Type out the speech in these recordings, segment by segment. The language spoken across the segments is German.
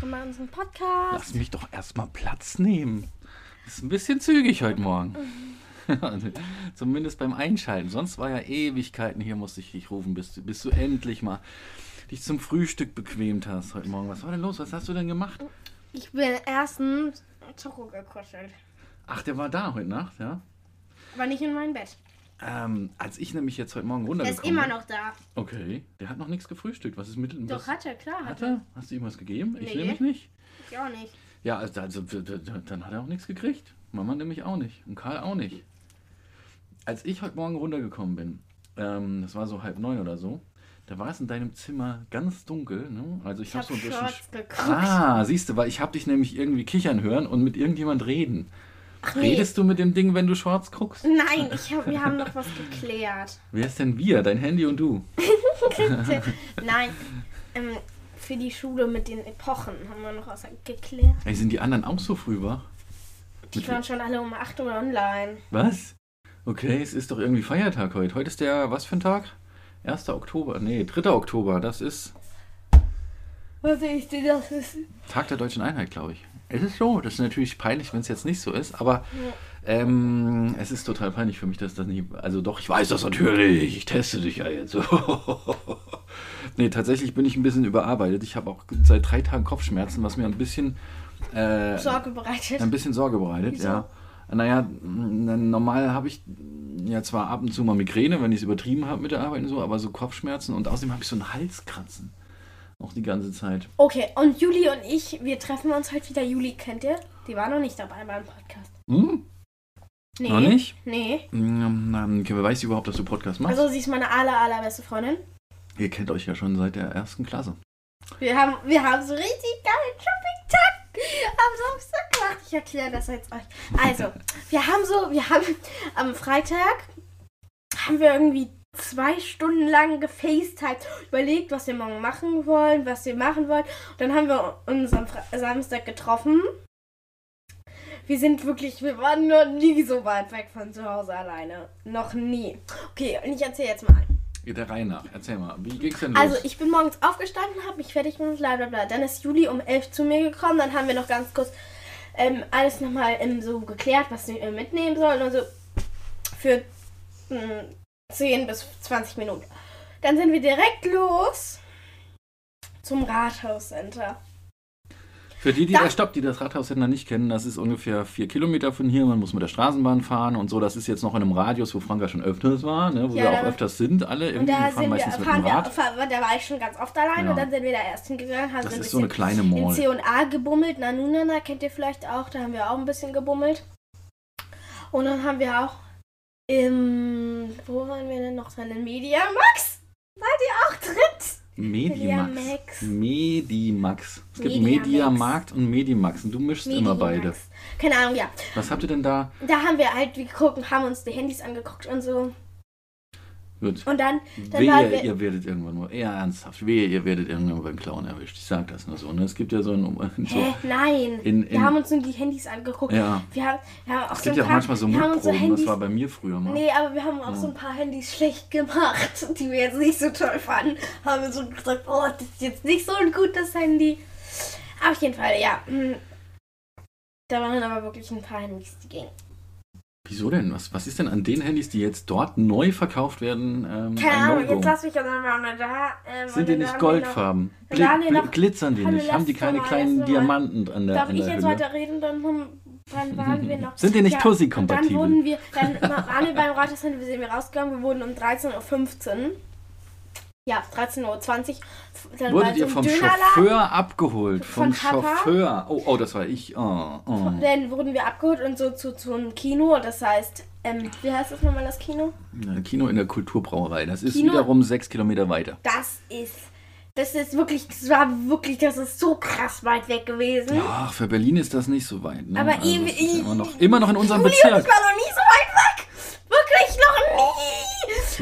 Komm mal in unseren Podcast. Lass mich doch erstmal Platz nehmen. Ist ein bisschen zügig heute Morgen. Also, Zumindest beim Einschalten. Sonst war ja Ewigkeiten hier, musste ich dich rufen, bis, du- bis du endlich mal dich zum Frühstück bequemt hast heute Morgen. Was war denn los? Was hast du denn gemacht? Ich bin erstens Zucker gekuschelt. Ach, der war da heute Nacht, ja? Aber nicht in mein Bett. Ähm, als ich nämlich jetzt heute Morgen Er runtergekommen ist immer bin- noch da. Okay, der hat noch nichts gefrühstückt. Was ist mit dem Doch, hat er, klar. Hat Hat er. er? Hast du ihm was gegeben? Ich Nee. nämlich nicht. Ich auch nicht. Ja, also, also d- d- d- dann hat er auch nichts gekriegt. Mama nämlich auch nicht. Und Karl auch nicht. Als ich heute Morgen runtergekommen bin, ähm, das war so halb neun oder so, da war es in deinem Zimmer ganz dunkel. Ne? Also ich, Ich hab habe so ein bisschen. Shorts geguckt. Ah, siehst du, weil ich habe dich nämlich irgendwie kichern hören und mit irgendjemand reden. Ach, nee. Redest du mit dem Ding, wenn du Shorts guckst? Nein, ich hab, wir haben noch was geklärt. Wer ist denn wir? Dein Handy und du? Nein, ähm, für die Schule mit den Epochen haben wir noch was geklärt. Ey, sind die anderen auch so früh wach? Die waren schon alle um 8 Uhr online. Was? Okay, es ist doch irgendwie Feiertag heute. Heute ist der, was für ein Tag? 1. Oktober, nee, 3. Oktober. Das ist Was ich dir das ist. Tag der Deutschen Einheit, glaube ich. Es ist so, das ist natürlich peinlich, wenn es jetzt nicht so ist, aber ähm, es ist total peinlich für mich, dass das nicht. Also doch, ich weiß das natürlich. Ich teste dich ja jetzt. nee, tatsächlich bin ich ein bisschen überarbeitet. Ich habe auch seit drei Tagen Kopfschmerzen, was mir ein bisschen äh, Sorge bereitet. Ein bisschen Sorge bereitet, Wieso? ja. Naja, n- n- normal habe ich ja zwar ab und zu mal Migräne, wenn ich es übertrieben habe mit der Arbeit und so, aber so Kopfschmerzen und außerdem habe ich so einen Halskratzen. Auch die ganze Zeit. Okay, und Juli und ich, wir treffen uns heute wieder. Juli kennt ihr? Die war noch nicht dabei beim Podcast. Hm? Nee. Noch nicht? Nee. Hm, ähm, okay, wer weiß überhaupt, dass du Podcast machst? Also sie ist meine aller, allerbeste Freundin. Ihr kennt euch ja schon seit der ersten Klasse. Wir haben, wir haben so richtig geilen Shopping-Tag am Samstag gemacht. Ich erkläre das jetzt euch. Also, wir haben so, wir haben am Freitag haben wir irgendwie zwei Stunden lang gefacetimed, überlegt, was wir morgen machen wollen, was wir machen wollen. Und dann haben wir uns am Fra Samstag getroffen. Wir sind wirklich, wir waren noch nie so weit weg von zu Hause alleine. Noch nie. Okay, und ich erzähle jetzt mal. Geht der Reihe nach. Erzähl mal, wie ging's denn los? Also ich bin morgens aufgestanden, habe mich fertig gemacht, bla bla bla. Dann ist Juli um 11 zu mir gekommen, dann haben wir noch ganz kurz ähm, alles nochmal ähm, so geklärt, was wir äh, mitnehmen sollen und so für mh, 10 bis 20 Minuten. Dann sind wir direkt los zum Rathauscenter. Für die, die Da- das, stopp, die das Rathaussender nicht kennen, das ist ungefähr vier Kilometer von hier. Man muss mit der Straßenbahn fahren und so. Das ist jetzt noch in einem Radius, wo Franka schon öfters war, ne? wo Ja, wir da- auch öfters sind. Alle Und irgendwie da wir fahren sind wir, meistens mit dem fahren wir, Rad. fahren, da war ich schon ganz oft allein Ja. und dann sind wir da erst hingegangen, haben Das so ein ist so eine bisschen kleine in Mall. C&A gebummelt. Nanunana kennt ihr vielleicht auch, da haben wir auch ein bisschen gebummelt. Und dann haben wir auch im, wo waren wir denn noch drin? In Media Max? Seid ihr auch drin? Medimax. Mediamax. Medimax. Es gibt Mediamax. Mediamarkt und Medimax und du mischst immer beide. Medimax. Keine Ahnung, ja. Was habt ihr denn da? Da haben wir halt, wir gucken, haben uns die Handys angeguckt und so. Gut. Und dann, dann waren Wehe, wir, ihr werdet irgendwann mal, eher ernsthaft, wehe, ihr werdet irgendwann mal beim Clown erwischt. Ich sag das nur so. Ne? Es gibt ja so ein, so, hä, nein. in, in, wir haben uns nur die Handys angeguckt. ja. Wir haben, wir haben auch Es so ein gibt ja auch paar, manchmal so wir haben uns so Mutproben, das Handys war bei mir früher mal. Nee, aber wir haben auch Ja. so ein paar Handys schlecht gemacht, die wir jetzt nicht so toll fanden. Haben wir so gesagt, oh, das ist jetzt nicht so ein gutes Handy. Auf jeden Fall, ja. mm. Da waren aber wirklich ein paar Handys, die gingen. Wieso denn? Was, was ist denn an den Handys, die jetzt dort neu verkauft werden, ähm, Keine ein Ahnung, jetzt No-Go? lass mich also mal da. Ähm, und Sind die dann nicht haben wir noch- goldfarben? dann haben wir Bli- bli- noch- glitzern die Hallo, nicht? Haben die letzte keine Mal, kleinen letzte Mal. Diamanten an der Darf an ich der jetzt Hülle? weiterreden? Dann, haben- dann waren wir noch. Sind die nicht Ja, Tussi-kompatibel? Dann wurden wir, dann waren wir beim Rathaushandel, wir sind wir rausgegangen, wir wurden um 13.15 Uhr. Ja, 13.20 Uhr. Dann war Wurdet so ihr ein vom Dönerladen. Chauffeur abgeholt? Vom Von Papa? Chauffeur? Oh, oh, das war ich. Oh, oh. Dann wurden wir abgeholt und so zu, zu einem Kino. Das heißt, ähm, wie heißt das nochmal, das Kino? Ja, Kino in der Kulturbrauerei. Das ist Kino- wiederum sechs Kilometer weiter. Das ist. Das ist wirklich, das war wirklich, das ist so krass weit weg gewesen. Ach, für Berlin ist das nicht so weit. Ne? Aber Also, eben- es ist immer noch, immer noch in unserem Juli und Bezirk. Ich war noch nie so weit weg. Wirklich noch nie.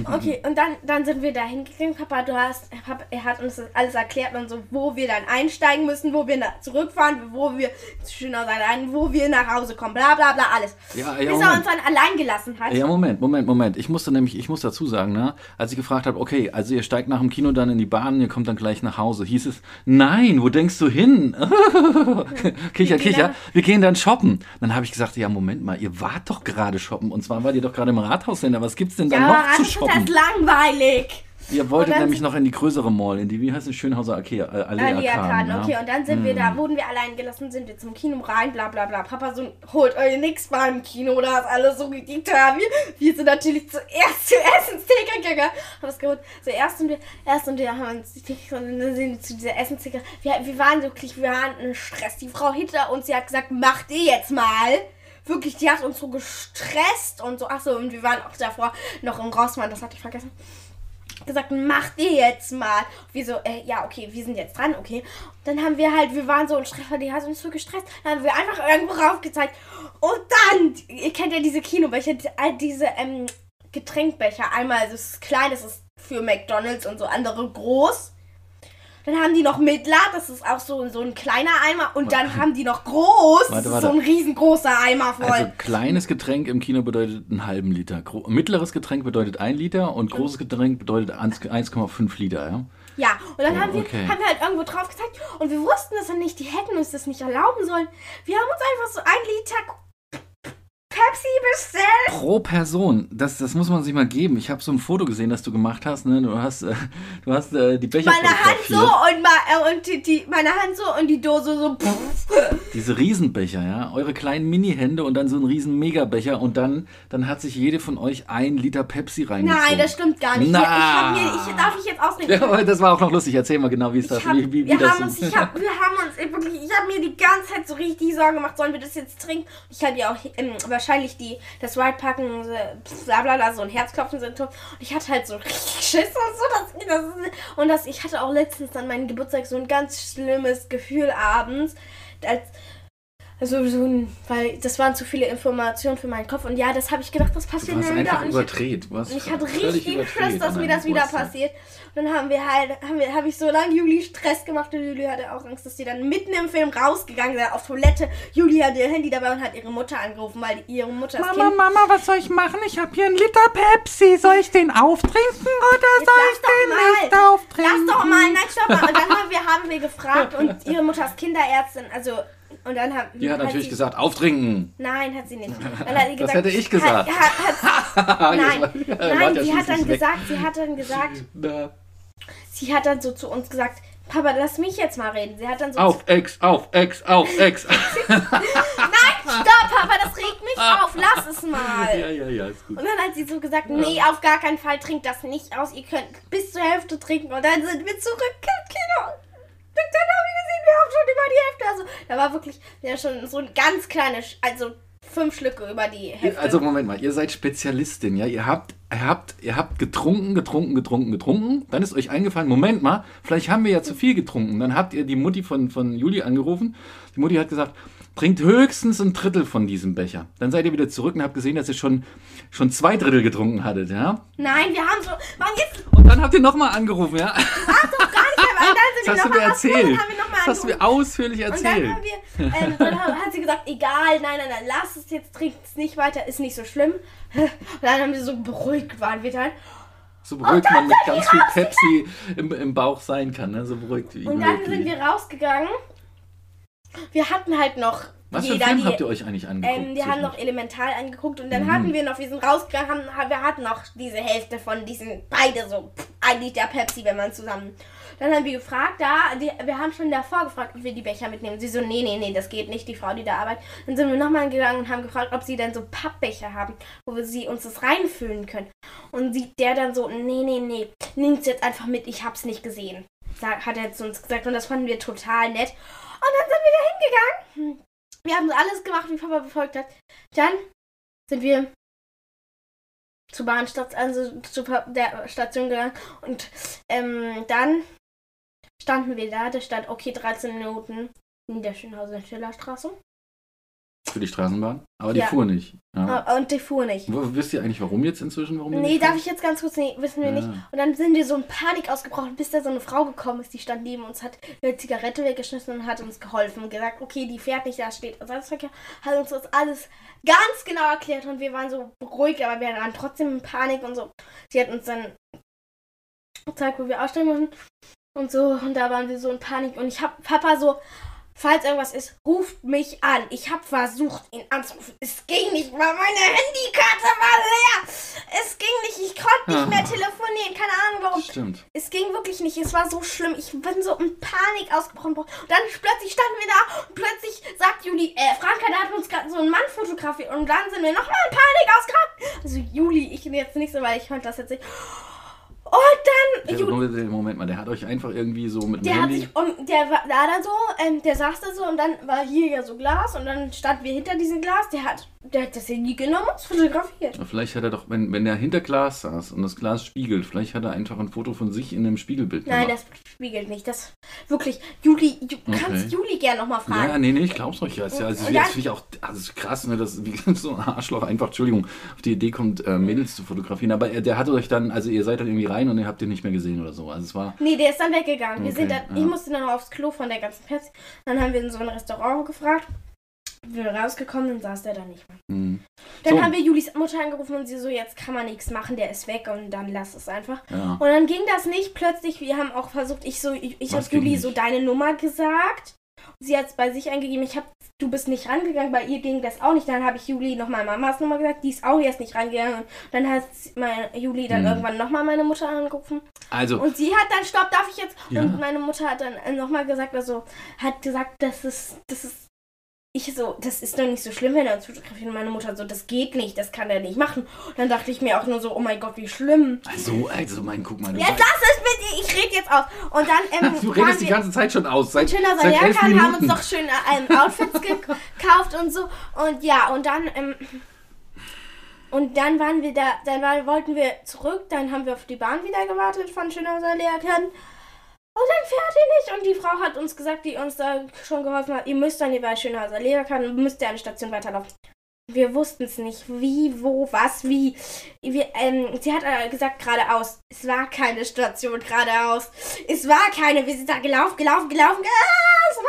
Okay, und dann, dann sind wir da hingegangen. Papa, du hast, Papa, er hat uns das alles erklärt und so, wo wir dann einsteigen müssen, wo wir nach, zurückfahren, wo wir schön allein, wo wir nach Hause kommen, bla bla bla, alles. Ja, Bis ja, er uns Moment. dann allein gelassen hat. Ja, Moment, Moment, Moment. Ich musste nämlich, ich muss dazu sagen, ne, als ich gefragt habe, okay, also ihr steigt nach dem Kino dann in die Bahn, ihr kommt dann gleich nach Hause, hieß es, nein, wo denkst du hin? kicher, gehen kicher, dann- wir gehen dann shoppen. Dann habe ich gesagt, ja, Moment mal, ihr wart doch gerade shoppen und zwar wart ihr doch gerade im Rathaussender, was gibt's denn da Ja, also noch zu das ist shoppen? langweilig. Ihr wolltet dann nämlich sind- noch in die größere Mall, in die, wie heißt es, Schönhauser Allee, äh, Allee Allee Arkaden, Arkaden, ja. okay. Und dann sind wir Mhm. da, wurden wir allein gelassen, sind wir zum Kino rein, bla bla bla. Papa so, holt euch nix beim Kino, da ist alles so gedient haben. Wir, wir sind natürlich zuerst zur Essenstheke gegangen, haben es geholt. Zuerst und wir, erst und wir haben uns die Theke und dann sind wir zu dieser Essenstheke. Wir, wir waren wirklich, wir waren in Stress. Die Frau hinter uns, sie hat gesagt, macht ihr jetzt mal. Wirklich, die hat uns so gestresst und so. Achso, und wir waren auch davor noch im Rossmann, das hatte ich vergessen gesagt, macht ihr jetzt mal. Wir so, äh, ja, okay, wir sind jetzt dran, okay. Dann haben wir halt, wir waren so in Stress, weil die hat uns so gestresst. Dann haben wir einfach irgendwo raufgezeigt. Und dann, ihr kennt ja diese Kinobecher, die- all diese ähm, Getränkbecher. Einmal das ist klein, das ist für McDonalds und so andere groß. Dann haben die noch mittler, das ist auch so, so ein kleiner Eimer. Und dann haben die noch groß, Warte, das ist warte. so ein riesengroßer Eimer voll. Also kleines Getränk im Kino bedeutet einen halben Liter. Gro mittleres Getränk bedeutet ein Liter und großes Getränk bedeutet 1 1,5 Liter. Ja? Ja, und dann Oh, haben, wir, okay. haben wir halt irgendwo drauf gezeigt und wir wussten das dann nicht, die hätten uns das nicht erlauben sollen. Wir haben uns einfach so ein Liter Pepsi bestellt. Pro Person, das, das muss man sich mal geben. Ich habe so ein Foto gesehen, das du gemacht hast. Ne? Du hast, äh, du hast äh, die Becher Meine Hand so fotografiert. und, ma, äh, und die, die, meine Hand so und die Dose so. Pff. Diese Riesenbecher, ja. Eure kleinen Mini-Hände und dann so ein riesen Megabecher und dann, dann hat sich jede von euch ein Liter Pepsi reingezogen. Nein, das stimmt gar nicht. Ich, ich hab mir, ich, darf ich jetzt ausreden? ja, aber das war auch noch lustig. Erzähl mal genau, wie es das, Ich hab, wie, wie, wie wir, das haben uns, so- ich hab, wir haben uns ey, wirklich, ich habe mir die ganze Zeit so richtig Sorgen gemacht, sollen wir das jetzt trinken? Ich hatte ja auch ähm, wahrscheinlich die, das Ride packen, so, bla bla bla, so ein Herzklopfen-Symptom. Und ich hatte halt so richtig Schiss und so. Dass ich, das, und dass ich hatte auch letztens an meinem Geburtstag so ein ganz schlimmes Gefühl abends, als also so ein, weil das waren zu viele Informationen für meinen Kopf und ja, das habe ich gedacht, das Du passiert hast mir wieder. einfach Und ich, überdreht. Du hast und ich hatte völlig richtig überdreht Oh Stress, dass an mir deinem das wieder Geburtstag. passiert. Und dann haben wir halt, haben wir, habe ich so lange Juli Stress gemacht und Juli hatte auch Angst, dass die dann mitten im Film rausgegangen sind auf Toilette. Juli hatte ihr Handy dabei und hat ihre Mutter angerufen, weil die- ihre Mutter das Mama, Kind. Mama, was soll ich machen? Ich habe hier einen Liter Pepsi. Soll ich den auftrinken oder Jetzt soll lass ich doch den mal. nicht auftrinken? Lass doch mal, nein, stopp mal. Und dann haben wir, haben wir gefragt und ihre Mutter ist Kinderärztin, also und dann haben Die hat natürlich sie, gesagt, auftrinken. Nein, hat sie nicht. Dann hat sie Das gesagt, hätte ich gesagt. Hat, hat, hat, nein, Jetzt war- nein, wart ja sie hat dann schließlich weg. gesagt, sie hat dann gesagt, Äh, Na, sie hat dann so zu uns gesagt, Papa, lass mich jetzt mal reden. Sie hat dann so zu Auf, Ex, auf, Ex, auf, Ex. Nein, stopp, Papa, das regt mich auf. Lass es mal. ja, ja, ja, ist gut. Und dann hat sie so gesagt, nee, auf gar keinen Fall trinkt das nicht aus. Ihr könnt bis zur Hälfte trinken. Und dann sind wir zurück im Kino. Und dann haben wir gesehen, wir haben schon über die Hälfte. Also, da war wirklich ja, schon so ein ganz kleines, also fünf Schlücke über die Hälfte. Also Moment mal, ihr seid Spezialistin, ja? Ihr habt, ihr habt, ihr habt getrunken, getrunken, getrunken, getrunken. Dann ist euch eingefallen, Moment mal, vielleicht haben wir ja zu viel getrunken. Dann habt ihr die Mutti von, von Juli angerufen. Die Mutti hat gesagt, trinkt höchstens ein Drittel von diesem Becher. Dann seid ihr wieder zurück und habt gesehen, dass ihr schon, schon zwei Drittel getrunken hattet, ja? Nein, wir haben so. Mann, jetzt Und dann habt ihr nochmal angerufen, ja? gar nicht mehr. weil Dann sind Ah, Das hast du wir nochmal mir erzählt. Haben wir noch mal Das hast du angerufen. mir ausführlich Und erzählt. dann haben wir, ähm, dann haben- hat sie gesagt, egal, nein, nein, nein, lass es jetzt, trinkt es nicht weiter, ist nicht so schlimm. Und dann haben wir so beruhigt waren wir dann. So beruhigt Oh, man mit ganz viel Pepsi im, im Bauch sein kann, ne? So beruhigt wie Und dann sind wir rausgegangen. Wir hatten halt noch Was für einen jeder Film die, habt ihr euch eigentlich angeguckt? ähm, wir haben noch Elemental angeguckt und dann Mhm. hatten wir noch, wir sind rausgegangen, haben, wir hatten noch diese Hälfte von diesen, beide so, pff, ein Liter Pepsi, wenn man zusammen. Dann haben wir gefragt, da, die, wir haben schon davor gefragt, ob wir die Becher mitnehmen. Sie so, nee, nee, nee, das geht nicht, die Frau, die da arbeitet. Dann sind wir nochmal gegangen und haben gefragt, ob sie dann so Pappbecher haben, wo wir sie uns das reinfüllen können. Und sie, der dann so, nee, nee, nee, nimm's jetzt einfach mit, ich hab's nicht gesehen. Da hat er zu uns gesagt und das fanden wir total nett. Und dann sind wir da hingegangen. Hm. Wir haben alles gemacht, wie Papa befolgt hat. Dann sind wir zur Bahnstation, also zu Pa- der Station gegangen und ähm, dann standen wir da, da stand, okay, 13 Minuten in der Schönhauser Schillerstraße. Für die Straßenbahn. Aber die Ja. fuhr nicht. Ja. Ah, Und die fuhr nicht. Wo, wisst ihr eigentlich, warum jetzt inzwischen? Warum die Nee, nicht darf fuhr? ich jetzt ganz kurz, nee, wissen wir Ja. nicht. Und dann sind wir so in Panik ausgebrochen, bis da so eine Frau gekommen ist, die stand neben uns, hat eine Zigarette weggeschmissen und hat uns geholfen und gesagt, okay, die fährt nicht, da steht Ersatzverkehr, hat uns das alles ganz genau erklärt und wir waren so beruhigt, aber wir waren trotzdem in Panik und so. Sie hat uns dann gezeigt, wo wir aussteigen müssen und so und da waren wir so in Panik und ich hab Papa so, falls irgendwas ist, ruft mich an. Ich hab versucht, ihn anzurufen. Es ging nicht, weil meine Handykarte war leer. Es ging nicht, ich konnte nicht mehr telefonieren, keine Ahnung warum. Stimmt. Es ging wirklich nicht. Es war so schlimm. Ich bin so in Panik ausgebrochen. Und dann plötzlich standen wir da und plötzlich sagt Juli, äh, Franka, da hat uns gerade so ein Mann fotografiert. Und dann sind wir nochmal in Panik ausgebrochen. Also Juli, ich jetzt nicht so, weil ich konnte das jetzt nicht. Und dann, Der, Juli, Moment mal, der hat euch einfach irgendwie so mit dem der hat Handy. sich und der war war da so, ähm, der saß da so und dann war hier ja so Glas und dann standen wir hinter diesem Glas. Der hat, der hat das Handy genommen und es fotografiert. Vielleicht hat er doch, wenn, wenn er hinter Glas saß und das Glas spiegelt, vielleicht hat er einfach ein Foto von sich in dem Spiegelbild Nein, gemacht. das spiegelt nicht. Das wirklich, Juli, du kannst Okay. Juli gern nochmal fragen. ja, nee, nee, ich glaub's euch jetzt. Ja, also Und jetzt dann- finde ich auch, also es ist krass, ne, dass wie so ein Arschloch einfach, Entschuldigung, auf die Idee kommt, äh, Mädels zu fotografieren. Aber er, der hatte euch dann, also ihr seid dann irgendwie rein und ihr habt ihn nicht mehr gesehen oder so. Also es war, Nee, der ist dann weggegangen. Wir sind Okay, dann, ja. Ich musste dann noch aufs Klo von der ganzen Pest. Dann haben wir in so ein Restaurant gefragt. Wir sind rausgekommen, dann saß der da nicht mehr. mh, Dann hm. So. haben wir Julis Mutter angerufen und sie so, jetzt kann man nichts machen, der ist weg und dann lass es einfach. ja. Und dann ging das nicht. Plötzlich, wir haben auch versucht, ich so, ich, ich Was hab ging Juli nicht? so deine Nummer gesagt. Sie hat es bei sich eingegeben. Ich hab, du bist nicht rangegangen, bei ihr ging das auch nicht. Dann habe ich Juli nochmal Mamas Nummer gesagt, die ist auch erst nicht rangegangen. Und dann hat mein, Juli dann Hm. irgendwann nochmal meine Mutter angerufen. Also, Und sie hat dann, stopp, darf ich jetzt? Ja. Und meine Mutter hat dann nochmal gesagt, also hat gesagt, das ist, das ist, ich so, das ist doch nicht so schlimm, wenn er uns fotografiert. Und meine Mutter so, das geht nicht, das kann er nicht machen. Und dann dachte ich mir auch nur so, oh mein Gott, wie schlimm. also, also, mein, guck mal. Du, Jetzt lass es bitte, ich rede jetzt auf. Und dann, ähm, du waren redest die wir ganze Zeit schon aus. Seit, in schöner seit elf Salerkan, Minuten. haben uns doch schöne ähm, Outfits gekauft und so. Und ja, und dann, ähm, und dann waren wir da, dann war, wollten wir zurück, dann haben wir auf die Bahn wieder gewartet von Schöner Salerkan. Und dann fährt ihr nicht. Und die Frau hat uns gesagt, die uns da schon geholfen hat, ihr müsst dann hier bei Schöner Salerkan, müsst ihr eine Station weiterlaufen. Wir wussten es nicht. Wie, wo, was, wie. Wir, ähm, sie hat äh, gesagt geradeaus. Es war keine Station geradeaus. Es war keine. Wir sind da gelaufen, gelaufen, gelaufen. Ah, es war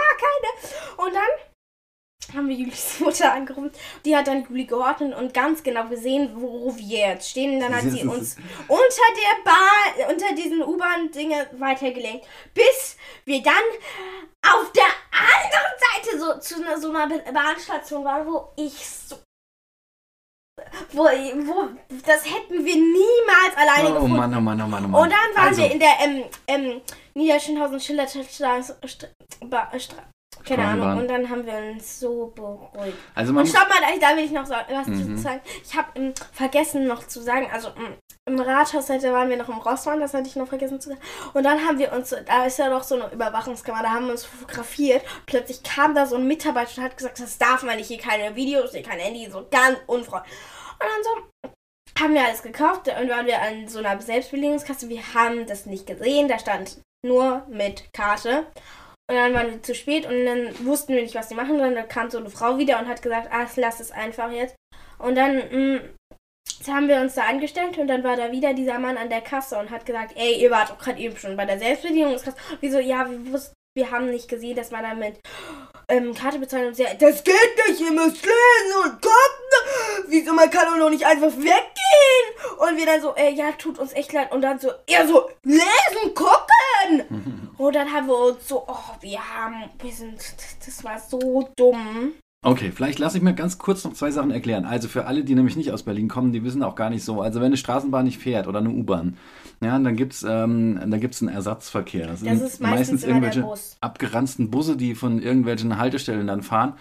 keine. Und dann haben wir Julis Mutter angerufen. Die hat dann Juli geordnet und ganz genau gesehen, wo wir jetzt stehen. Und dann hat sie uns unter der Bahn, unter diesen U-Bahn-Dinge weitergelenkt, bis wir dann auf der anderen Seite so zu einer, so einer Bahnstation waren, wo ich so. Wo, wo, das hätten wir niemals alleine Oh gefunden. Mann, oh Mann, oh Mann, oh Mann. Und dann waren also, wir in der ähm, ähm, Niederschönhausen Schillerstraße. Keine Ahnung. Straßenbahn. Und dann haben wir uns so beruhigt. Also, man Und muss- stopp mal, da- da will ich noch so- was Mhm. zu sagen. Ich habe ähm, vergessen noch zu sagen, also ähm, im Rathaus da waren wir noch im Rossmann, das hatte ich noch vergessen zu sagen. Und dann haben wir uns, da ist ja noch so eine Überwachungskamera, da haben wir uns fotografiert. Plötzlich kam da so ein Mitarbeiter und hat gesagt, das darf man nicht, hier keine Videos, hier kein Handy, so ganz unfreundlich. Und dann so, haben wir alles gekauft und waren wir an so einer Selbstbedienungskasse. Wir haben das nicht gesehen, da stand nur mit Karte. Und dann waren wir zu spät und dann wussten wir nicht, was sie machen. Und dann kam so eine Frau wieder und hat gesagt, ah, lass es einfach jetzt. Und dann mh, das haben wir uns da angestellt und dann war da wieder dieser Mann an der Kasse und hat gesagt, ey, ihr wart doch gerade eben schon bei der Selbstbedienungskasse. Wir so, oh, ja, wir wussten, wir haben nicht gesehen, dass man damit ähm, Karte bezahlt und sie, das geht nicht, ihr müsst lesen und gucken. Wieso, man kann doch noch nicht einfach weggehen. Und wir dann so, äh, ja, tut uns echt leid. Und dann so, er so, lesen, gucken. Und dann haben wir uns so, oh, wir haben, wir sind, das war so dumm. Okay, vielleicht lasse ich mir ganz kurz noch zwei Sachen erklären. Also für alle, die nämlich nicht aus Berlin kommen, die wissen auch gar nicht so. Also wenn eine Straßenbahn nicht fährt oder eine U-Bahn, ja, dann gibt es ähm, dann gibt's einen Ersatzverkehr. Das, Das ist meistens immer der irgendwelche Bus. abgeranzten Busse, die von irgendwelchen Haltestellen dann fahren.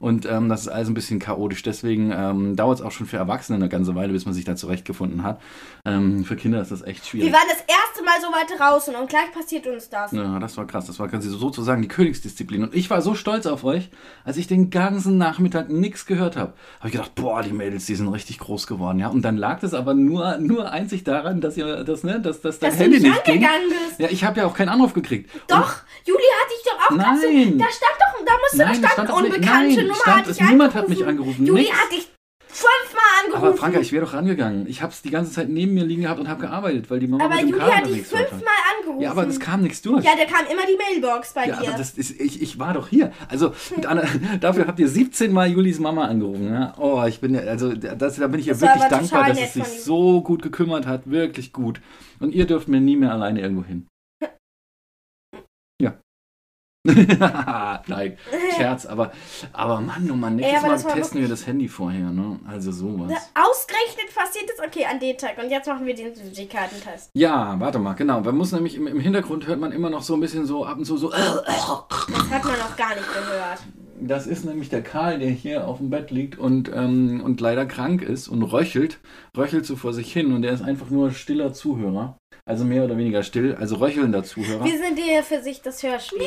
Und ähm, das ist alles ein bisschen chaotisch. Deswegen ähm, dauert es auch schon für Erwachsene eine ganze Weile, bis man sich da zurechtgefunden hat. Ähm, für Kinder ist das echt schwierig. Wir waren das erste Mal so weit draußen und gleich passiert uns das. Ja, das war krass. Das war quasi sozusagen die Königsdisziplin. Und ich war so stolz auf euch, als ich den ganzen Nachmittag nichts gehört habe. Habe ich gedacht, boah, die Mädels, die sind richtig groß geworden, ja. Und dann lag das aber nur, nur einzig daran, dass ihr, dass, ne, dass, dass dein Dass du Handy nicht nicht ging. rangegangen bist. Ja, ich habe ja auch keinen Anruf gekriegt. Doch, Juli hatte ich doch auch gerade so- Nein. Da stand doch, da musst du, Nein, da es stand stand eine auch nicht- unbekannte nein, Nummer. stand hat dich es- niemand hat angerufen. mich angerufen, Juli nix. hat dich fünfmal angerufen. Aber Franka, ich wäre doch rangegangen. Ich habe es die ganze Zeit neben mir liegen gehabt und habe gearbeitet, weil die Mama Aber mit dem Juli Kabel hat dich unterwegs war. fünfmal angerufen. Ja, aber es kam nichts durch. Ja, da kam immer die Mailbox bei Ja, dir. aber das ist, ich, ich war doch hier. Also, mit Anna, dafür habt ihr 17 Mal Julis Mama angerufen. Ja? Oh, ich bin, ja- also, das, da bin ich ihr Das war wirklich aber total dankbar, dass nett es sich von ihm. so gut gekümmert hat. Wirklich gut. Und ihr dürft mir nie mehr alleine irgendwo hin. Ja. Nein, Scherz, aber, aber Mann, oh Mann, Ey, nächstes aber Mal das war testen wir das Handy vorher, ne? Also sowas. Da- Ausgerechnet passiert es okay an den Tag. Und jetzt machen wir den Süßigkeiten-Test. Ja, warte mal, genau. Man muss nämlich im, im Hintergrund hört man immer noch so ein bisschen so ab und zu so. Das hat man noch gar nicht gehört. Das ist nämlich der Karl, der hier auf dem Bett liegt und, ähm, und leider krank ist und röchelt. Röchelt so vor sich hin und der ist einfach nur stiller Zuhörer. Also mehr oder weniger still, also röchelnder Zuhörer. Wir sind hier für sich das Hörspiel.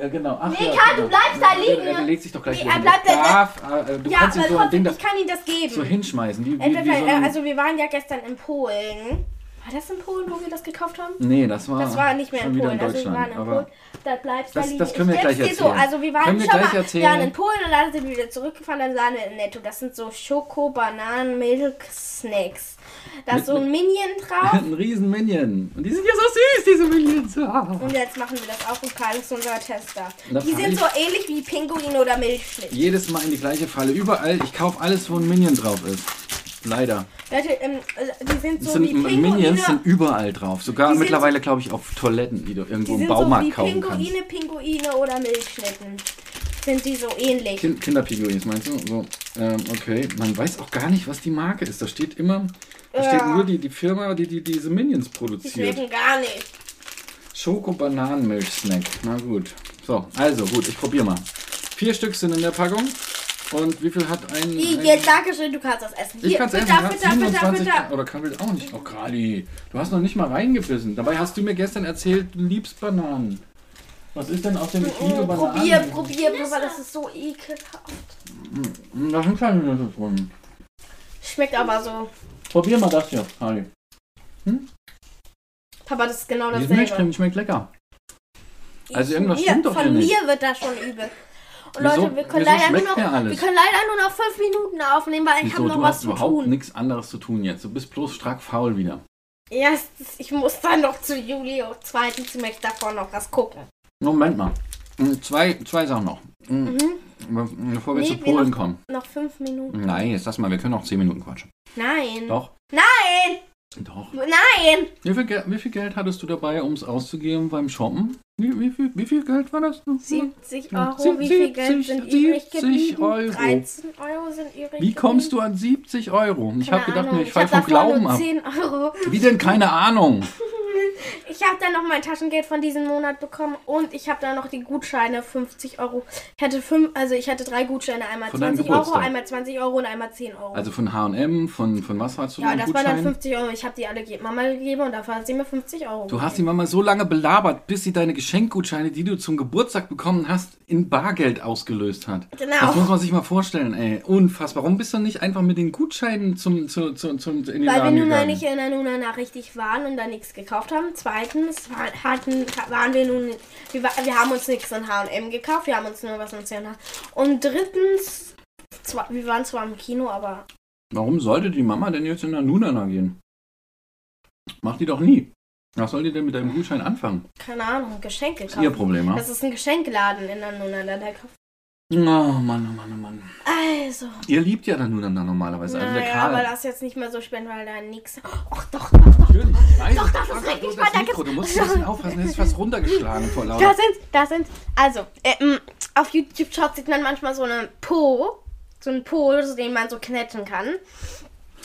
Ja, genau. Ach, Nee, ja, Karl, du genau. bleibst da liegen. Er, er legt sich doch gleich ne? Nee, wieder er hin. bleibt da- Darf, äh, du ja, kannst ihm aber so ein trotzdem, Ding da ich kann Ihnen das geben. so hinschmeißen. Wie, wie, wie Entweder, so äh, ein, also wir waren ja gestern in Polen. War das in Polen, wo wir das gekauft haben? nee, das war, Das war nicht mehr schon in wieder Polen, in also wir Deutschland. waren in Polen. aber Da bleibst du Das- liegen. das können wir Ich gleich sag's dir So. erzählen. Also wir waren Können wir schon gleich mal, erzählen? wir waren in Polen und dann sind wir wieder zurückgefahren, dann waren wir in Netto. Das sind so Schoko, Bananen, Milk, Snacks. Da ist so ein Minion drauf. ein riesen Minion. Und die sind ja so süß, diese Minions. Ah. Und jetzt machen wir das auch und Karl ist unser Tester. Na, Die sind so Karl- ähnlich wie Pinguine oder Milchschnitt. Jedes Mal in die gleiche Falle. Überall. Ich kaufe alles, wo ein Minion drauf ist. Leider. Leute, ähm, äh, die sind Es so sind, wie Pinguine. Minions sind überall drauf. Sogar Die sind mittlerweile, glaube ich, auf Toiletten, die du irgendwo die im sind so Baumarkt wie kaufen kannst. Pinguine, Pinguine oder Milchschnitten. Sind die so ähnlich. Kind Kinderpinguins, meinst du? So, ähm, okay. Man weiß auch gar nicht, was die Marke ist. Da steht immer, da Ja. steht nur die, die Firma, die, die diese Minions Die produziert. schmecken gar nicht. Schoko-Bananenmilch-Snack. Na gut. So, also gut, ich probiere mal. Vier Stück sind in der Packung. Und wie viel hat ein... Wie, ein Jetzt danke schön, du kannst das essen. Ich kann's bitte, essen. ja, bitte, bitte, 27 bitte. Oder kann ich auch nicht. Oh, Kali, du hast noch nicht mal reingebissen. Dabei hast du mir gestern erzählt, du liebst Bananen. Was ist denn aus dem Ich liebe Bananen? Oh, Probier, probier, Papa, das ist so ekelhaft. Da Hm, sind kleine Nüsse drin. Schmeckt aber so. Probier mal das hier, Kali. Papa, das ist genau Die dasselbe. Milchcreme schmeckt lecker. Also irgendwas Mir- stimmt doch hier Von nicht. mir wird das schon übel. Und Wieso- Leute, wir können, leider wieso nur schmeckt noch, mir alles? wir können leider nur noch fünf Minuten aufnehmen, weil ich habe Wieso? noch Du was hast zu überhaupt tun. nichts anderes zu tun jetzt. Du bist bloß stark faul wieder. Erstens, ich muss dann noch zu Juli und zweitens möchte ich davor noch was gucken. Moment mal. Hm, Zwei, zwei Sachen noch. Hm, be- Bevor wir Nee, zu wir Polen noch- kommen. Noch fünf Minuten. Nein, jetzt lass mal, wir können auch zehn Minuten quatschen. Nein. Doch. Nein. Doch. Nein. Wie viel, Gel- wie viel Geld hattest du dabei, um es auszugeben beim Shoppen? Wie, wie, viel, wie viel Geld war das? 70 Ja. Euro, wie viel 70, Geld sind übrig 70 geblieben? Euro. 13 Euro sind übrig Wie kommst du an 70 Euro? Ich habe gedacht, mir, ich fall vom hab davor Glauben nur ab. 10 Euro. Wie denn? Keine Ahnung. Ich habe dann noch mein Taschengeld von diesem Monat bekommen und ich habe dann noch die Gutscheine 50 Euro. Ich hatte fünf, also ich hatte drei Gutscheine, einmal Von deinem 20 Euro, Geburtstag. einmal 20 Euro und einmal 10 Euro. Also von H&M, von, von was hast du ja, den das waren dann Gutschein? 50 Euro. Ich habe die alle ge- Mama gegeben und dafür hat sie mir 50 Euro. Du hast die Mama so lange belabert, bis sie deine Geschenkgutscheine, die du zum Geburtstag bekommen hast, in Bargeld ausgelöst hat. Genau. Das muss man sich mal vorstellen, ey. Unfassbar. Warum bist du nicht einfach mit den Gutscheinen zum, zu, zu, zum, in den Weil wir Laden nun mal gegangen? nicht in der Nuna nachrichtig waren und da nichts gekauft haben. Zweitens war- hatten, waren wir nun, wir, wa- wir haben uns nichts in H&M gekauft, wir haben uns nur was in C&H. Und drittens, zwar, wir waren zwar im Kino, aber Warum sollte die Mama denn jetzt in der Nunana gehen? Macht die doch nie. Was soll die denn mit deinem Gutschein anfangen? keine Ahnung, Geschenke Das ist ihr kaufen. Problem, ja? Das ist ein Geschenkladen in der Nuna. Da da kauft- Oh Mann, oh Mann, oh Mann. Also, Ihr liebt ja dann Nunana normalerweise. Also der naja, Karl. aber das jetzt nicht mehr so spenden, weil da nichts... Och, doch, doch, doch. Natürlich. Nein, Doch, das ist Franka, richtig, bloß Mann, da das Mikro. Du musst ein bisschen aufpassen, es ist was runtergeschlagen vor Da lauter. sind, da sind. Also, äh, m, auf YouTube Shorts sieht man manchmal so einen Po, so einen Po, so den man so knetschen kann.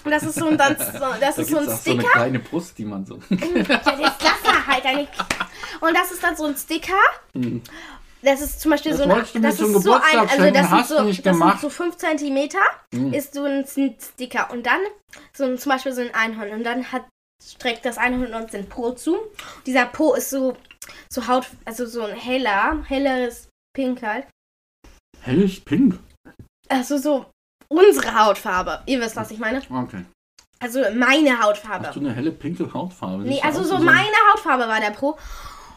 Und das ist so ein, dann, so, das Da ist so gibt's ein auch so eine Sticker. kleine Brust, die man so. Ja, das darf er halt eigentlich. Und das ist dann so ein Sticker. Das ist zum Beispiel Das so wolltest du ein, mir das zum ist so ein, Geburtstag also schenken, das sind hast so, du nicht das sind gemacht. Hm. so 5 cm ist so ein Sticker und dann so ein, zum Beispiel so ein Einhorn und dann hat streckt das Einhorn uns den Po zu. Dieser Po ist so so Haut, also so ein heller, helleres Pink halt. Helles Pink. Also so unsere Hautfarbe. Ihr wisst, was ich meine. Okay. Also meine Hast du Hautfarbe. eine helle pinke Hautfarbe? Nee, Siehst du also aus so wie ein- meine Hautfarbe war der Po.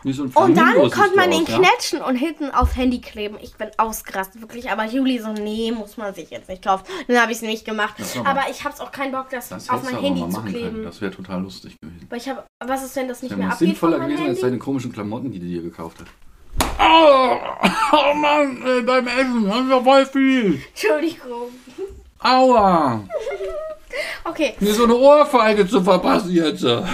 Wie so ein Und dann Flamingo siehst konnte du man ihn aus, ja? knetschen und hinten aufs Handy kleben. Ich bin ausgerastet, wirklich. Aber Juli so, nee, muss man sich jetzt nicht kaufen. Dann habe ich es nicht gemacht. Das war mal- Aber ich habe es auch keinen Bock, das, Das auf hättest mein du aber Handy mal zu machen kleben. können. Das wäre total lustig gewesen. Weil ich habe, was ist, wenn das nicht Wäre mehr mal abgeht von sinnvoller meinem gewesen als Handy? deine komischen Klamotten, die du dir gekauft hast. Oh, oh Mann, ey, beim Essen haben wir voll viel. Entschuldigung. Aua. Okay, Mir so eine Ohrfeige zu verpassen jetzt. Nein,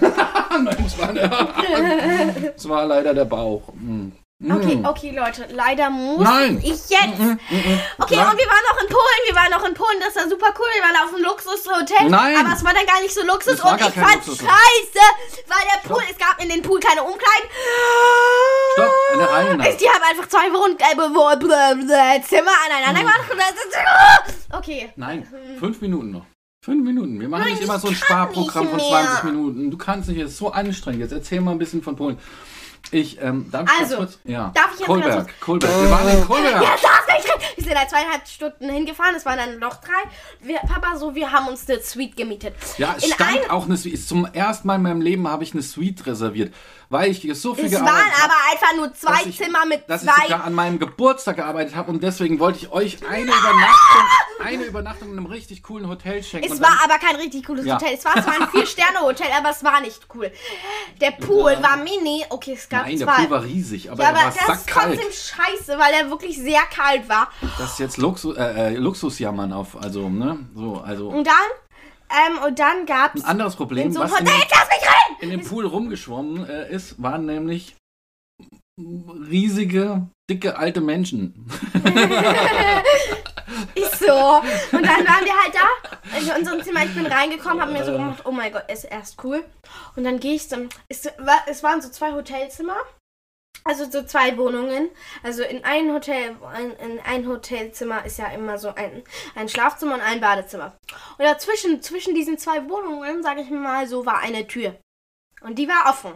das war, der- das war leider der Bauch. Mm. okay, Mm. okay, Leute. Leider muss Nein. Mhm, ich jetzt. Okay, Nein. und wir waren noch in Polen. Wir waren noch in Polen. Das war super cool. Wir waren auf einem Luxushotel. Nein. Aber es war dann gar nicht so Luxus. Es war und gar ich kein fand's Luxushotel. scheiße, weil der Pool, es gab in den Pool keine Umkleiden. Stopp, in der Reihe nach. Ist, die haben einfach zwei Wohn äh, Bewohn- blä- blä- Äh, Zimmer Mhm. aneinander gemacht. Und das ist, okay. Nein, fünf Minuten noch. Fünf Minuten. Wir machen Nein, nicht ich immer so ein kann Sparprogramm nicht von mehr. 20 Minuten. Du kannst nicht, es ist so anstrengend. Jetzt erzähl mal ein bisschen von Polen. Ich, ähm, darf ich Also, ganz kurz? Ja. darf ich jetzt Kohlberg, ganz Kohlberg. Wir waren in Kohlberg. Ja, saß gleich drin. Wir sind da zweieinhalb Stunden hingefahren. Es waren dann noch drei. Wir, Papa, so, wir haben uns eine Suite gemietet. Ja, es in stand einem- auch eine Suite. Zum ersten Mal in meinem Leben habe ich eine Suite reserviert, weil ich so viel Es waren gearbeitet habe. aber einfach nur zwei dass ich- Zimmer mit dass ich zwei sogar an meinem Geburtstag gearbeitet habe und deswegen wollte ich euch eine Übernachtung, eine Übernachtung in einem richtig coolen Hotel schenken. Es und war aber kein richtig cooles Ja. Hotel. Es war zwar ein Vier-Sterne-Hotel, aber es war nicht cool. Der Pool war mini. Okay, es gab nein, der zwei. Pool war riesig, aber ja, er war aber das ist sackkalt. trotzdem scheiße, weil der wirklich sehr kalt war. Das ist jetzt Luxus, äh, äh, Luxusjammern auf, also ne, so, also Und dann, ähm, und dann gab's ein anderes Problem, Mm. in so einem was in Hotel. dem, Jetzt lass mich rein! in dem Pool rumgeschwommen äh, ist, waren nämlich riesige, dicke alte Menschen. Ist so. Und dann waren wir halt da in unserem Zimmer. Ich bin reingekommen, habe mir so gemacht, oh mein Gott, ist erst cool. Und dann gehe ich zum. Es, war, es waren so zwei Hotelzimmer. Also so zwei Wohnungen. Also in ein Hotel, in, in ein Hotelzimmer ist ja immer so ein, ein Schlafzimmer und ein Badezimmer. Und dazwischen, zwischen diesen zwei Wohnungen, sage ich mal so, war eine Tür. Und die war offen.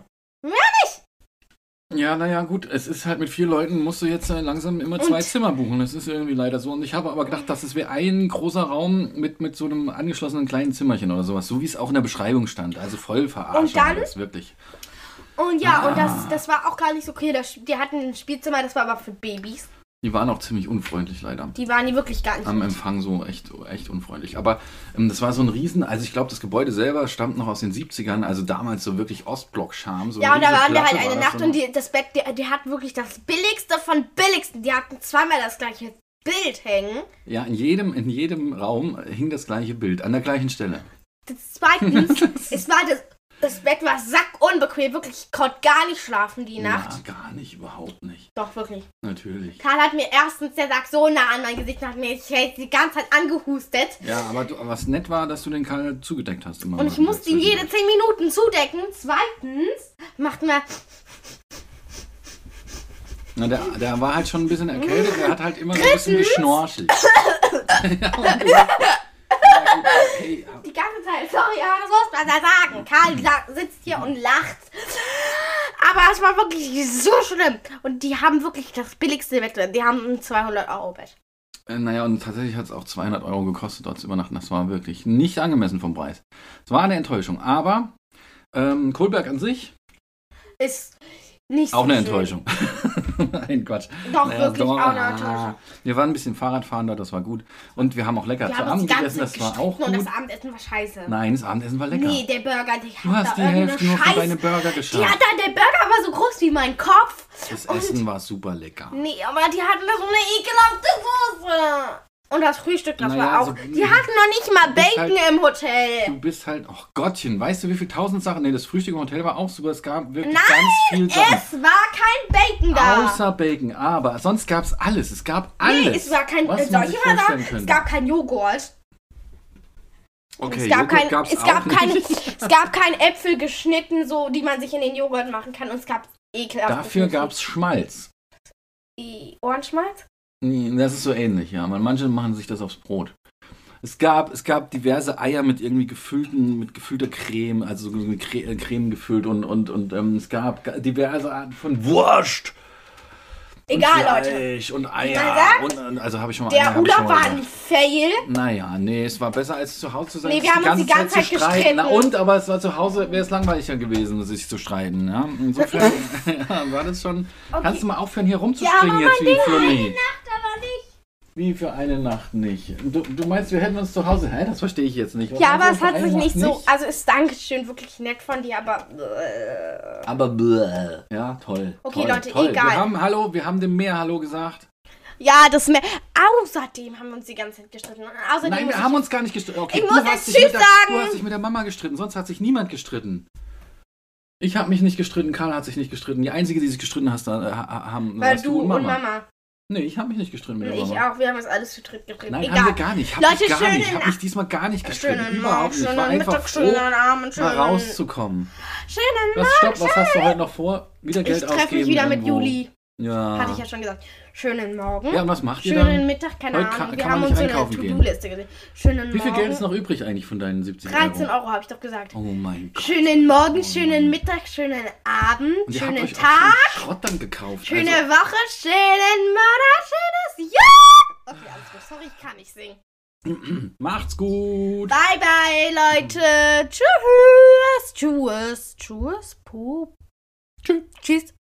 Ja, naja, gut, es ist halt mit vier Leuten, musst du jetzt äh, langsam immer zwei Und- Zimmer buchen. Das ist irgendwie leider so. Und ich habe aber gedacht, das wäre ein großer Raum mit, mit so einem angeschlossenen kleinen Zimmerchen oder sowas, so wie es auch in der Beschreibung stand. Also voll verarscht. Und dann- Alles, wirklich. Und ja, und das, das war auch gar nicht so cool. Das, die hatten ein Spielzimmer, das war aber für Babys. Die waren auch ziemlich unfreundlich, leider. Die waren die wirklich gar nicht. Am Empfang so echt, echt unfreundlich. Aber ähm, das war so ein Riesen, also ich glaube, das Gebäude selber stammt noch aus den 70ern, also damals so wirklich Ostblock-Charme. So Ja, und da riesige waren wir Platte halt war eine das Nacht so. und die, das Bett, die, die hatten wirklich das billigste von billigsten. Die hatten zweimal das gleiche Bild hängen. Ja, in jedem, in jedem Raum hing das gleiche Bild, an der gleichen Stelle. Das zweitens, es war das, das Bett war sackunbequem. Wirklich, ich konnte gar nicht schlafen die Nacht. Ja, gar nicht, überhaupt nicht. Doch, wirklich. Natürlich. Karl hat mir erstens, der sagt so nah an mein Gesicht, hat mir ich hätte die ganze Zeit angehustet. Ja, aber du, was nett war, dass du den Karl zugedeckt hast immer. Und mal Also, ich musste ihn jede zwischendurch. 10 Minuten zudecken. Zweitens macht mir Na, der, der war halt schon ein bisschen erkältet, der hat halt immer so ein bisschen geschnorchelt. ja, und- ja, gut, okay, die ganze Zeit, sorry, aber das muss man da sagen. Karl la- sitzt hier und lacht. Aber es war wirklich so schlimm. Und die haben wirklich das billigste Bett. Die haben ein 200-Euro-Bett. Äh, Naja, und tatsächlich hat es auch 200 Euro gekostet, dort zu übernachten. Das war wirklich nicht angemessen vom Preis. Es war eine Enttäuschung, aber ähm, Kohlberg an sich Ist nicht so auch eine schön. Enttäuschung. Nein, Quatsch. Doch, Naja, wirklich doch. ah, auch eine Enttäuschung. Wir waren ein bisschen Fahrradfahren dort, das war gut. Und wir haben auch lecker Wir zu haben uns Abend die gegessen, ganze das Zeit war auch gestritten und gut. das Abendessen war scheiße. Nein, das Abendessen war lecker. Nee, der Burger, der Du hast die Hälfte nur von deine Burger geschafft. Die hat da, der Burger war so groß wie mein Kopf. das Essen war super lecker. Nee, aber die hatten da so eine ekelhafte Soße. Und das Frühstück, das Naja, war auch. so- die hatten noch nicht mal Du bist Bacon also halt- im Hotel. Du bist halt, oh Gottchen, weißt du, wie viel tausend Sachen? Nee, das Frühstück im Hotel war auch super. Es gab wirklich ganz viel Sachen. Es war kein Bacon da. Außer Bacon, aber sonst gab es alles. Es gab alles. nee, es war kein was äh, man soll sich ich mal vorstellen sagen, könnte. Es gab kein Joghurt. okay, es gab Joghurt kein gab's es gab auch keine nicht. es gab kein Äpfel geschnitten so, die man sich in den Joghurt machen kann und es gab ekelhaft. Dafür gab es Schmalz. Ohrenschmalz? Nee, Das ist so ähnlich, ja. Man- Manche machen sich das aufs Brot. Es gab, es gab diverse Eier mit irgendwie gefüllten, mit gefüllter Creme, also so mit Cre- äh, Creme gefüllt und, und, und ähm, es gab ga- diverse Arten von Wurst. Egal, und Leute. Fleisch und Eier. Dann Und, und- also habe ich schon mal Der hab ich schon Urlaub mal war gemacht. ein Fail. Naja, nee, es war besser als zu Hause zu sein. Nee, wir sich haben uns die ganze Zeit zu streiten. Na gestritten. und, aber es war zu Hause, wäre es langweiliger gewesen, sich zu streiten. Ja? Insofern ja, war das schon. Kannst du mal aufhören, hier rumzuspringen Ja, aber jetzt mein wie ein Ding Flummi? Nacht aber nicht. Wie für eine Nacht nicht. Du, du meinst, wir hätten uns zu Hause. Hä, das verstehe ich jetzt nicht. Was Ja, aber es meinst du, hat für sich eine nicht Nacht so. Also ist Dankeschön wirklich nett von dir, aber. Äh, Aber bläh. Ja, toll. Okay, toll, Leute, toll. egal. Wir haben Hallo, wir haben dem Meer Hallo gesagt. ja, das mehr. Außerdem haben wir uns die ganze Zeit gestritten. Außerdem muss Nein, wir Also, ich- haben uns gar nicht gestritten. Okay, Ich du muss jetzt hast dich Tschüss mit der, Du sagen. hast dich mit der Mama gestritten, sonst hat sich niemand gestritten. Ich habe mich nicht gestritten, Karl hat sich nicht gestritten. Die einzige, die sich gestritten hast, da, äh, ha- haben Weil warst du und Mama. Nee, ich habe mich nicht gestritten mit der Ich Mama. auch, wir haben uns alles zu dritt gestritten. Nein, haben wir Egal. gar nicht. Hab Leute, ich gar schönen nicht. Ich habe mich diesmal gar nicht gestritten. Schönen Morgen, Überhaupt nicht. Ich war schönen einfach Mittag, froh, schönen Abend, mal schönen. rauszukommen. Schönen. Was, stopp, was hast du heute noch vor? Wieder Geld Ich treffe ausgeben mich wieder mit irgendwo. Juli. Ja. Hatte ich ja schon gesagt. Schönen Morgen. Ja, und was macht ihr Schönen dann? Mittag, keine Heute Ahnung. kann- wir kann man haben nicht uns so eine einkaufen gehen. To-Do-Liste gesehen. Schönen Wie viel Morgen. Geld ist noch übrig eigentlich von deinen 70 13 Euro? Euro habe ich doch gesagt. Oh mein Gott. Schönen Morgen, schönen Mittag, schönen Abend, Und ihr habt schönen euch auch Tag, schon Schrott dann gekauft. schöne also, Woche, schönen Monat, schönes Jahr. Okay, alles gut. Sorry, ich kann nicht singen. Macht's gut. Bye, bye, Leute. Tschüss. Tschüss. Tschüss. Pup. Tschüss. Tschüss.